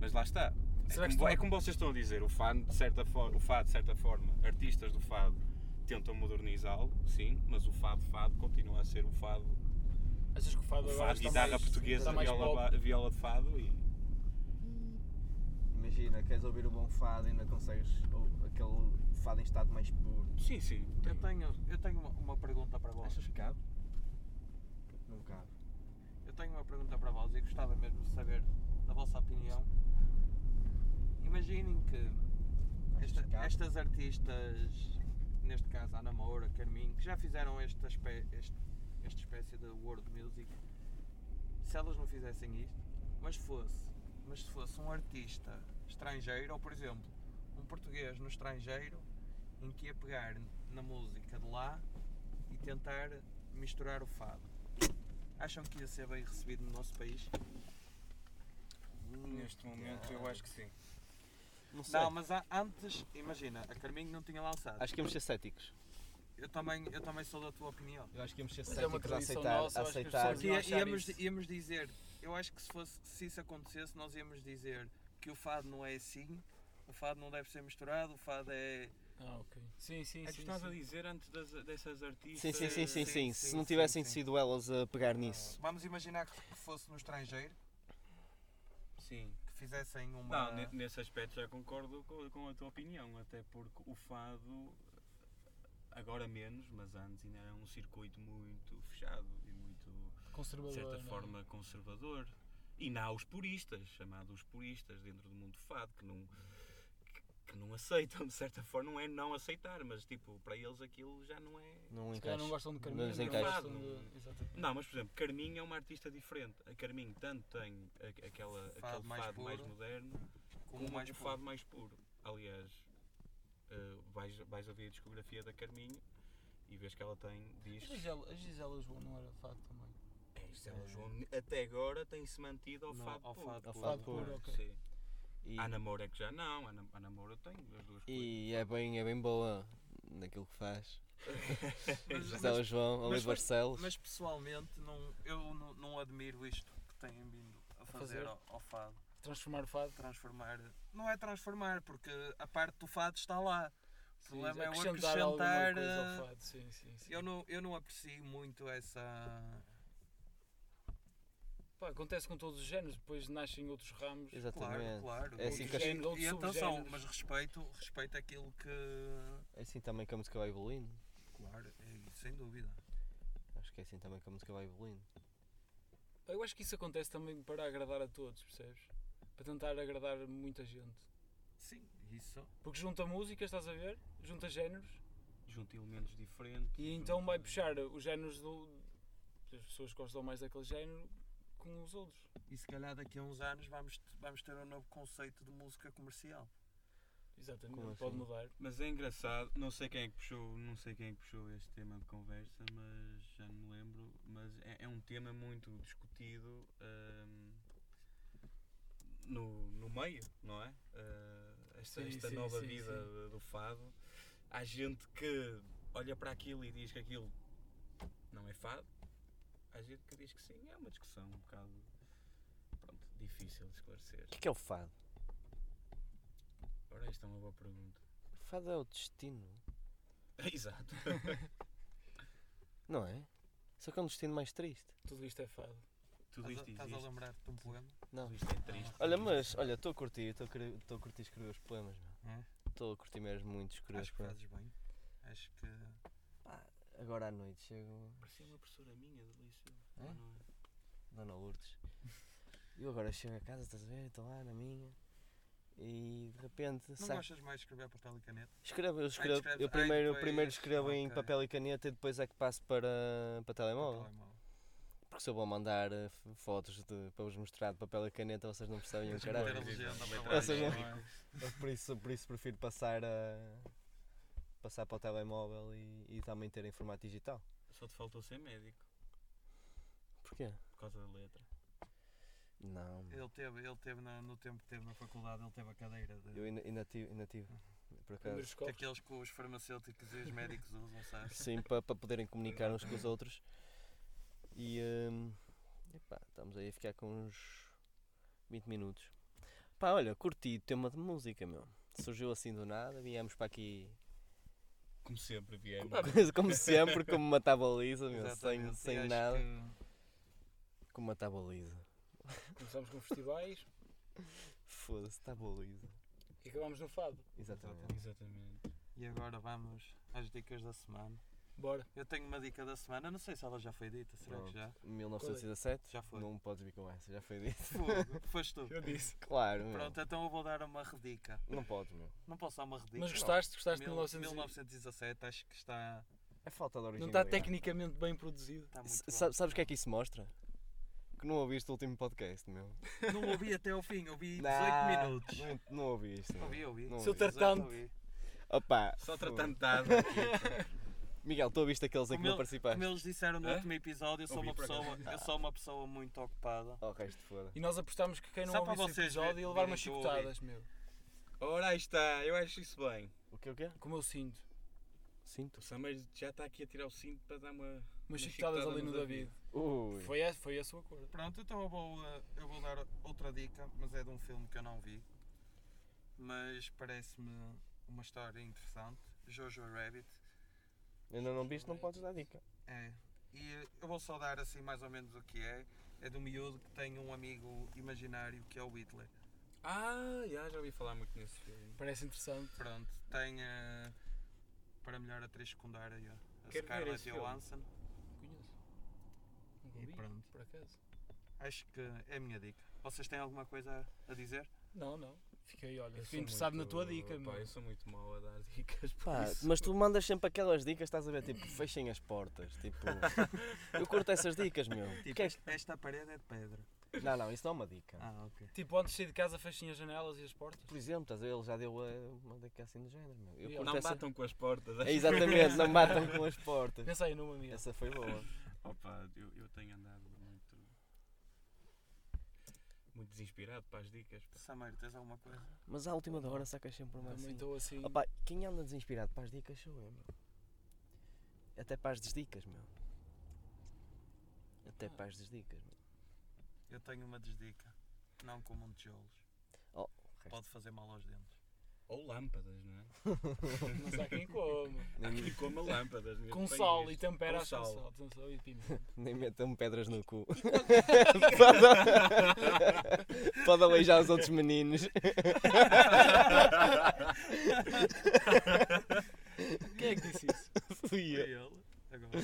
[SPEAKER 4] mas lá está. É
[SPEAKER 1] Será que estão-
[SPEAKER 4] como, é como vocês estão a dizer, o fado, de certa forma, o fado, de certa forma, artistas do fado tentam modernizá-lo, sim, mas o fado fado continua a ser o fado,
[SPEAKER 1] Achas que o fado
[SPEAKER 4] o
[SPEAKER 1] agora
[SPEAKER 4] fado
[SPEAKER 1] está
[SPEAKER 4] guitarra
[SPEAKER 1] tá mais,
[SPEAKER 4] portuguesa,
[SPEAKER 1] está mais
[SPEAKER 4] viola,
[SPEAKER 1] pop?
[SPEAKER 4] ba- viola de fado e
[SPEAKER 2] Imagina, é, queres ouvir o bom fado e ainda consegues ou- aquele fado em estado mais puro.
[SPEAKER 4] Sim, sim.
[SPEAKER 3] Eu
[SPEAKER 4] tem.
[SPEAKER 3] tenho, eu tenho uma, uma pergunta para vós.
[SPEAKER 2] Achas que cabe? Não cabe.
[SPEAKER 3] Eu tenho uma pergunta para vós e gostava mesmo de saber a vossa opinião. Imaginem que esta-
[SPEAKER 2] Achas que cabe?
[SPEAKER 3] estas artistas, neste caso a Ana Moura, Carminho, que já fizeram esta, espé- este- esta espécie de world music, se elas não fizessem isto, mas fosse, mas se fosse um artista estrangeiro, ou por exemplo, um português no estrangeiro, em que ia pegar na música de lá e tentar misturar o fado. Acham que ia ser bem recebido no nosso país? Hum,
[SPEAKER 4] Neste momento eu acho que sim.
[SPEAKER 2] Não sei.
[SPEAKER 3] Não, mas há- antes, imagina, a Carminho não tinha lançado.
[SPEAKER 2] Acho que íamos ser céticos.
[SPEAKER 3] Eu também, eu também sou da tua opinião.
[SPEAKER 2] Eu acho que íamos ser
[SPEAKER 1] Mas é uma
[SPEAKER 2] céticos a
[SPEAKER 1] tradição
[SPEAKER 2] aceitar.
[SPEAKER 1] nossa,
[SPEAKER 2] a
[SPEAKER 1] eu acho que as
[SPEAKER 2] aceitar.
[SPEAKER 1] pessoas
[SPEAKER 3] Porque
[SPEAKER 1] não
[SPEAKER 3] ia-
[SPEAKER 1] achar
[SPEAKER 3] íamos,
[SPEAKER 1] isso.
[SPEAKER 3] íamos dizer, eu acho que se, fosse, se isso acontecesse, nós íamos dizer que o fado não é assim, o fado não deve ser misturado, o fado é.
[SPEAKER 1] Ah, ok. Sim, sim,
[SPEAKER 4] É que
[SPEAKER 1] sim.
[SPEAKER 4] estás
[SPEAKER 1] sim.
[SPEAKER 4] a dizer antes das, dessas artistas.
[SPEAKER 2] Sim, sim, sim, sim, sim.
[SPEAKER 3] sim,
[SPEAKER 2] Se
[SPEAKER 3] sim,
[SPEAKER 2] não tivessem
[SPEAKER 3] sim.
[SPEAKER 2] sido elas a pegar nisso.
[SPEAKER 3] Vamos imaginar que, que fosse no estrangeiro,
[SPEAKER 4] Sim.
[SPEAKER 3] que fizessem uma.
[SPEAKER 1] é?
[SPEAKER 4] Não, ne- nesse aspecto já concordo co- com a tua opinião, até porque o fado, agora menos, mas antes ainda era um circuito muito fechado e muito, de
[SPEAKER 1] Conservador.
[SPEAKER 4] certa
[SPEAKER 1] não é?
[SPEAKER 4] forma, conservador. E não há os puristas, chamados os puristas dentro do mundo do fado, que não, que- que não aceitam, de certa forma, não é não aceitar, mas tipo, para eles aquilo já não é.
[SPEAKER 2] Não
[SPEAKER 1] Se calhar
[SPEAKER 2] encaixa.
[SPEAKER 1] não gostam de é
[SPEAKER 2] Não
[SPEAKER 1] Carminho,
[SPEAKER 2] lhes
[SPEAKER 1] não
[SPEAKER 2] encaixa.
[SPEAKER 1] gostam de... Exatamente.
[SPEAKER 4] Não, mas por exemplo, Carminho é uma artista diferente. A Carminho tanto tem a- aquela,
[SPEAKER 3] Fado
[SPEAKER 4] aquele
[SPEAKER 3] mais
[SPEAKER 4] fado mais
[SPEAKER 3] puro.
[SPEAKER 4] moderno
[SPEAKER 3] como um mais
[SPEAKER 4] o
[SPEAKER 3] fado.
[SPEAKER 4] fado mais puro. Aliás, eh, vais, vais ouvir a discografia da Carminho e vês que ela tem
[SPEAKER 1] A
[SPEAKER 4] discos.
[SPEAKER 1] Gisela, a Gisela João não era fado também.
[SPEAKER 4] É, Gisela João até agora tem-se mantido ao
[SPEAKER 3] Não,
[SPEAKER 4] fado
[SPEAKER 3] ao
[SPEAKER 4] puro.
[SPEAKER 3] fado
[SPEAKER 2] Ao
[SPEAKER 3] puro.
[SPEAKER 2] fado
[SPEAKER 1] puro.
[SPEAKER 2] puro.
[SPEAKER 1] ok.
[SPEAKER 4] Sim.
[SPEAKER 2] E,
[SPEAKER 4] A namoro é que já não, a, nam a namoro eu tenho as duas
[SPEAKER 2] e é, bem, é bem boa naquilo que faz.
[SPEAKER 3] Mas-
[SPEAKER 2] José João,
[SPEAKER 3] mas
[SPEAKER 2] Luís
[SPEAKER 3] foi-
[SPEAKER 2] Barcelos.
[SPEAKER 3] Mas pessoalmente não, eu não, não admiro isto que têm vindo a fazer,
[SPEAKER 1] fazer.
[SPEAKER 3] Ao, ao fado.
[SPEAKER 1] Transformar o fado.
[SPEAKER 3] Transformar. Não é transformar, porque a parte do fado está lá. O
[SPEAKER 1] Sim,
[SPEAKER 3] problema é o
[SPEAKER 1] acrescentar alguma
[SPEAKER 3] acrescentar.
[SPEAKER 1] coisa ao
[SPEAKER 3] eh,
[SPEAKER 1] fado, sim, sim, sim.
[SPEAKER 3] Eu não, eu não aprecio muito essa.
[SPEAKER 1] Pá, acontece com todos os géneros, depois nascem outros ramos.
[SPEAKER 2] Exatamente.
[SPEAKER 3] Claro, claro.
[SPEAKER 2] É assim,
[SPEAKER 1] Outros
[SPEAKER 2] que as-
[SPEAKER 1] géneros, outros
[SPEAKER 3] E então atenção,
[SPEAKER 1] subgéneros.
[SPEAKER 3] mas respeito, respeito aquilo que.
[SPEAKER 2] É assim também que a música vai evoluindo.
[SPEAKER 3] Claro, é, sem dúvida.
[SPEAKER 2] Acho que é assim também que a música vai evoluindo.
[SPEAKER 1] Eu acho que isso acontece também para agradar a todos, percebes? Para tentar agradar muita gente.
[SPEAKER 3] Sim, isso.
[SPEAKER 1] Porque junta músicas, estás a ver? Junta géneros.
[SPEAKER 4] junto elementos diferentes.
[SPEAKER 1] E então vai puxar os géneros do... das pessoas que gostam mais daquele género com os outros.
[SPEAKER 3] E se calhar daqui a uns anos vamos, t- vamos ter um novo conceito de música comercial.
[SPEAKER 1] Exatamente,
[SPEAKER 2] Como
[SPEAKER 1] pode
[SPEAKER 2] assim?
[SPEAKER 1] mudar.
[SPEAKER 4] Mas é engraçado, não sei quem é que puxou, não sei quem é que puxou este tema de conversa, mas já não me lembro, mas é, é um tema muito discutido hum, no, no meio, não é? Ah, esta
[SPEAKER 1] Sim,
[SPEAKER 4] esta
[SPEAKER 1] sim,
[SPEAKER 4] nova
[SPEAKER 1] sim,
[SPEAKER 4] vida do fado. Há gente que olha para aquilo e diz que aquilo não é fado. Há gente que diz que sim, é uma discussão um bocado pronto, difícil de esclarecer.
[SPEAKER 2] O que é que é o fado?
[SPEAKER 4] Ora, esta é uma boa pergunta. <laughs>
[SPEAKER 2] O fado é o destino.
[SPEAKER 4] Exato.
[SPEAKER 2] Não é? Só que é um destino mais triste.
[SPEAKER 1] Tudo isto é fado.
[SPEAKER 4] Tudo isto
[SPEAKER 3] Estás a
[SPEAKER 4] existe.
[SPEAKER 3] lembrar-te de um poema?
[SPEAKER 2] Não.
[SPEAKER 4] Tudo isto é triste.
[SPEAKER 2] Olha, mas, olha, estou a curtir, estou a querer- estou a curtir escrever os poemas,
[SPEAKER 3] É?
[SPEAKER 2] Estou a curtir mesmo muito escrever os
[SPEAKER 3] Acho que
[SPEAKER 2] poemas.
[SPEAKER 3] fazes bem. Acho que.
[SPEAKER 2] Agora à noite chego.
[SPEAKER 4] Parecia uma professora minha do liceu.
[SPEAKER 2] É?
[SPEAKER 4] Ah, não é?
[SPEAKER 2] Dona
[SPEAKER 3] <laughs>
[SPEAKER 2] Lourdes. Eu agora chego a casa, estás a ver? Estou lá na minha. E de repente
[SPEAKER 3] Não
[SPEAKER 2] saco.
[SPEAKER 3] gostas mais de escrever papel e caneta?
[SPEAKER 2] Escrevo, eu escrevo.
[SPEAKER 3] escreves-
[SPEAKER 2] eu
[SPEAKER 3] ai,
[SPEAKER 2] primeiro, eu
[SPEAKER 3] depois-
[SPEAKER 2] primeiro escrevo em
[SPEAKER 3] ok.
[SPEAKER 2] papel e caneta e depois é que passo para, para telemóvel.
[SPEAKER 3] Telemóvel.
[SPEAKER 2] Porque se eu vou mandar eh, f- fotos de- para vos mostrar de papel e caneta, vocês não percebem o
[SPEAKER 3] Tens que
[SPEAKER 2] caralho.
[SPEAKER 3] meter a legenda para
[SPEAKER 2] Ou seja,
[SPEAKER 3] baixo, não é?
[SPEAKER 2] Por isso, por isso prefiro passar a. Passar para o telemóvel e, e também ter em formato digital.
[SPEAKER 4] Só te faltou ser médico,
[SPEAKER 2] Porquê?
[SPEAKER 4] por causa da letra.
[SPEAKER 2] Não.
[SPEAKER 3] Ele teve, ele teve na- no tempo que teve na faculdade, ele teve a cadeira de,
[SPEAKER 2] Eu ainda, ainda tive. Ainda tive por acaso.
[SPEAKER 1] Primeiros copos.
[SPEAKER 3] daqueles que os farmacêuticos e os médicos usam, sabes?
[SPEAKER 2] Sim, para, para poderem comunicar uns com os outros. E hum, epá, estamos aí a ficar com uns 20 minutos. Pá, olha, curti o tema de música, meu. Surgiu assim do nada, viemos para aqui <laughs>
[SPEAKER 4] Como sempre, viemos.
[SPEAKER 2] como sempre, como uma tabaliza, meu, sem,
[SPEAKER 3] Exatamente. E
[SPEAKER 2] sem
[SPEAKER 3] acho
[SPEAKER 2] nada.
[SPEAKER 3] que
[SPEAKER 2] Como uma tabaliza.
[SPEAKER 1] Começamos com festivais.
[SPEAKER 2] Foda-se, tabaliza.
[SPEAKER 1] E acabamos no fado.
[SPEAKER 2] Exatamente.
[SPEAKER 1] Exatamente.
[SPEAKER 3] E agora vamos às dicas da semana.
[SPEAKER 1] Bora.
[SPEAKER 3] Eu tenho uma dica da semana, não sei se ela já foi dita, será
[SPEAKER 2] Pronto.
[SPEAKER 3] que já?
[SPEAKER 2] 1917,
[SPEAKER 3] Já foi.
[SPEAKER 2] não podes vir com essa, já foi dito.
[SPEAKER 3] Fogo, foste tu.
[SPEAKER 1] Eu disse.
[SPEAKER 2] <laughs> Claro, meu.
[SPEAKER 3] Pronto, então eu vou dar uma redica.
[SPEAKER 2] não podes, meu.
[SPEAKER 3] Não posso dar uma redica.
[SPEAKER 1] Mas gostaste? Gostaste de
[SPEAKER 3] Mil-
[SPEAKER 1] 1900?
[SPEAKER 3] 1917, acho que está,
[SPEAKER 2] É falta de
[SPEAKER 1] Não
[SPEAKER 2] originalidade.
[SPEAKER 1] está tecnicamente bem produzido.
[SPEAKER 3] está muito
[SPEAKER 2] S-
[SPEAKER 3] bom.
[SPEAKER 2] sa- Sabes o que é que isso mostra? Que não ouviste o último podcast, meu.
[SPEAKER 3] Não ouvi até ao fim, ouvi 18
[SPEAKER 2] Não,
[SPEAKER 3] minutos.
[SPEAKER 2] Não, não ouviste. meu.
[SPEAKER 3] Ouvi, ouvi.
[SPEAKER 2] Não
[SPEAKER 1] Seu
[SPEAKER 2] ouvi.
[SPEAKER 1] tar- Tratante.
[SPEAKER 3] Ouvi.
[SPEAKER 2] Opa!
[SPEAKER 4] Só
[SPEAKER 2] foda.
[SPEAKER 4] tratando de nada.
[SPEAKER 2] Miguel, tu ouviste
[SPEAKER 4] é
[SPEAKER 2] aqueles em que
[SPEAKER 3] Como,
[SPEAKER 2] não
[SPEAKER 3] ele- como
[SPEAKER 2] participaste?
[SPEAKER 3] eles disseram no
[SPEAKER 4] Hã?
[SPEAKER 3] último episódio, eu sou,
[SPEAKER 4] Ouvi
[SPEAKER 3] uma
[SPEAKER 4] por
[SPEAKER 3] pessoa, eu sou uma pessoa muito ocupada.
[SPEAKER 2] Oh, resto foda.
[SPEAKER 1] E nós apostámos que quem não
[SPEAKER 3] Só para
[SPEAKER 1] ouviu esse
[SPEAKER 3] vocês
[SPEAKER 1] episódio
[SPEAKER 3] ver-
[SPEAKER 1] ia levar umas
[SPEAKER 3] verem é que eu ouvi.
[SPEAKER 1] chicotadas, meu.
[SPEAKER 4] <laughs> Ora, aí está, eu acho isso bem.
[SPEAKER 2] O que o quê?
[SPEAKER 1] Como eu sinto.
[SPEAKER 2] Sinto.
[SPEAKER 4] O Samer já está aqui a tirar o cinto para dar uma. Uma
[SPEAKER 1] Umas chicotadas
[SPEAKER 4] chicotada
[SPEAKER 1] ali
[SPEAKER 4] no
[SPEAKER 1] no David.
[SPEAKER 2] Ui.
[SPEAKER 1] Foi esse, foi esse o acordo.
[SPEAKER 3] Pronto, então eu vou, eh, eu vou dar outra dica, mas é de um filme que eu não vi. Mas parece-me uma história interessante. Jojo Rabbit.
[SPEAKER 2] Ainda não viste, não podes dar dica.
[SPEAKER 3] É. E eu vou só dar assim mais ou menos o que é. É do miúdo que tem um amigo imaginário que é o Hitler.
[SPEAKER 4] Ah, já, já ouvi falar muito nesse filme.
[SPEAKER 1] Parece interessante.
[SPEAKER 3] Pronto, tem eh, para melhor atriz secundária a
[SPEAKER 4] Quero ver
[SPEAKER 3] Scarlett
[SPEAKER 4] esse filme.
[SPEAKER 3] Johansson.
[SPEAKER 1] Conheço. Nunca
[SPEAKER 3] E
[SPEAKER 1] vi,
[SPEAKER 3] pronto.
[SPEAKER 1] Por acaso.
[SPEAKER 3] Acho que é a minha dica. Vocês têm alguma coisa a dizer?
[SPEAKER 1] Não, não. Fiquei, olha,
[SPEAKER 4] Eu sou
[SPEAKER 1] fiquei interessado
[SPEAKER 4] muito-
[SPEAKER 1] na tua dica,
[SPEAKER 4] pá,
[SPEAKER 1] meu.
[SPEAKER 4] Eu sou muito mau a dar <laughs> dicas. por
[SPEAKER 2] Pá,
[SPEAKER 4] isso.
[SPEAKER 2] mas tu mandas sempre aquelas dicas, estás a ver? Tipo, fechem as portas. <laughs> Tipo, eu curto essas dicas, meu.
[SPEAKER 3] Tipo,
[SPEAKER 2] Porque é
[SPEAKER 3] esta parede é de pedra.
[SPEAKER 2] que- Não, não, isso não é uma dica.
[SPEAKER 3] Ah, ok.
[SPEAKER 1] Tipo, antes de sair de casa, fechem as janelas e as portas.
[SPEAKER 2] Por exemplo, estás a ver? Ele já deu eh, uma dica assim do género, meu. Eu
[SPEAKER 1] Não
[SPEAKER 2] curto
[SPEAKER 4] Não
[SPEAKER 2] essa-
[SPEAKER 4] batam com as portas.
[SPEAKER 2] É, exatamente, não batam com as portas.
[SPEAKER 1] Pensa aí numa, amiga.
[SPEAKER 2] Essa foi boa.
[SPEAKER 4] <laughs> Opa, eu, eu tenho andado muito. Muito desinspirado para as dicas. pá.
[SPEAKER 3] Samir, tens alguma coisa?
[SPEAKER 2] Mas à última da hora sacas sempre uma
[SPEAKER 1] Também
[SPEAKER 2] assim.
[SPEAKER 1] estou assim.
[SPEAKER 2] Opa, quem anda desinspirado para as dicas sou eu, meu. Até para as desdicas, meu. Até
[SPEAKER 1] Ah.
[SPEAKER 2] para as desdicas, meu.
[SPEAKER 3] Eu tenho uma desdica. Não comam tijolos.
[SPEAKER 2] Oh, resto.
[SPEAKER 3] Pode fazer mal aos dentes.
[SPEAKER 4] Ou lâmpadas, não é?
[SPEAKER 1] Mas há quem coma.
[SPEAKER 4] Há quem coma lâmpadas. neste
[SPEAKER 1] Com
[SPEAKER 4] país.
[SPEAKER 1] sal e tempera
[SPEAKER 4] Com
[SPEAKER 1] as com
[SPEAKER 4] sal.
[SPEAKER 1] sal. Atenção, e pimenta.
[SPEAKER 2] Nem metam pedras no cu. <laughs> pode, pode aleijar os outros <laughs> meninos.
[SPEAKER 1] Quem é que disse isso?
[SPEAKER 2] Fui eu.
[SPEAKER 3] E ele? Agora.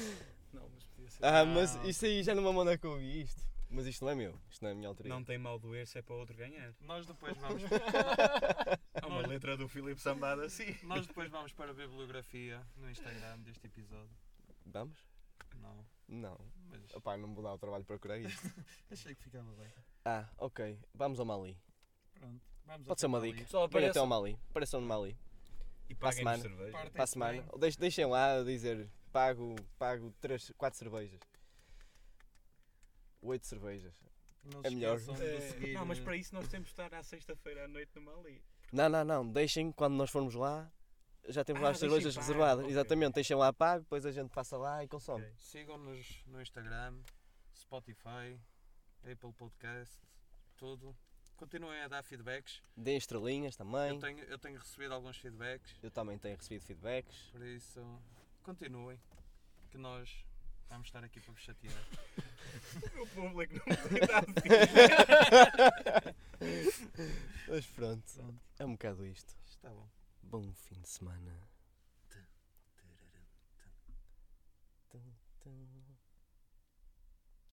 [SPEAKER 1] Não, mas podia ser.
[SPEAKER 2] Ah, mas
[SPEAKER 3] Não.
[SPEAKER 2] isso aí já não mamou na que eu vi isto. Mas isto não é meu, isto não é a minha autoria.
[SPEAKER 4] Não tem mal doer se é para outro ganhar.
[SPEAKER 3] Nós <laughs> depois vamos,
[SPEAKER 4] Há É uma letra do Filipe Sambada assim.
[SPEAKER 3] nós depois vamos para a bibliografia no Instagram deste episódio.
[SPEAKER 2] Vamos?
[SPEAKER 3] Não,
[SPEAKER 2] Não.
[SPEAKER 3] mas
[SPEAKER 2] Opá, não me vou dar o trabalho de procurar isto.
[SPEAKER 3] achei que ficava bem.
[SPEAKER 2] <laughs> Ah, ok. Vamos ao Mali.
[SPEAKER 3] Pronto, vamos
[SPEAKER 2] Pode ser uma dica.
[SPEAKER 1] Pessoal,
[SPEAKER 2] Venham até
[SPEAKER 1] apareçam.
[SPEAKER 2] ao Mali. Pareçam no Mali.
[SPEAKER 4] E
[SPEAKER 2] Para a
[SPEAKER 4] paguem-nos
[SPEAKER 2] semana.
[SPEAKER 4] cerveja.
[SPEAKER 2] Para a semana. Ou deix- deixem lá a dizer pago, pago 3, 4 cervejas. 8 cervejas. É melhor.
[SPEAKER 1] É,
[SPEAKER 4] Eh, Não, mas para isso nós temos de estar à sexta-feira à noite no Mali.
[SPEAKER 2] Não, não, não. Deixem quando nós formos lá. Já temos lá
[SPEAKER 4] Ah,
[SPEAKER 2] as cervejas
[SPEAKER 4] deixem pago,
[SPEAKER 2] reservadas.
[SPEAKER 4] ok.
[SPEAKER 2] Exatamente. Deixem lá pago, depois a gente passa lá e consome.
[SPEAKER 4] Ok.
[SPEAKER 3] Sigam-nos no Instagram, Spotify, Apple Podcast, tudo. Continuem a dar feedbacks.
[SPEAKER 2] Deem estrelinhas também.
[SPEAKER 3] Eu
[SPEAKER 2] Eu,
[SPEAKER 3] tenho, eu tenho recebido alguns feedbacks,
[SPEAKER 2] também tenho recebido feedbacks.
[SPEAKER 3] por isso continuem, que nós vamos estar aqui para vos chatear.
[SPEAKER 4] O público não tem nada a
[SPEAKER 2] Mas pronto.
[SPEAKER 3] Pronto.
[SPEAKER 2] É um bocado isto.
[SPEAKER 3] Está bom.
[SPEAKER 2] Bom fim de semana.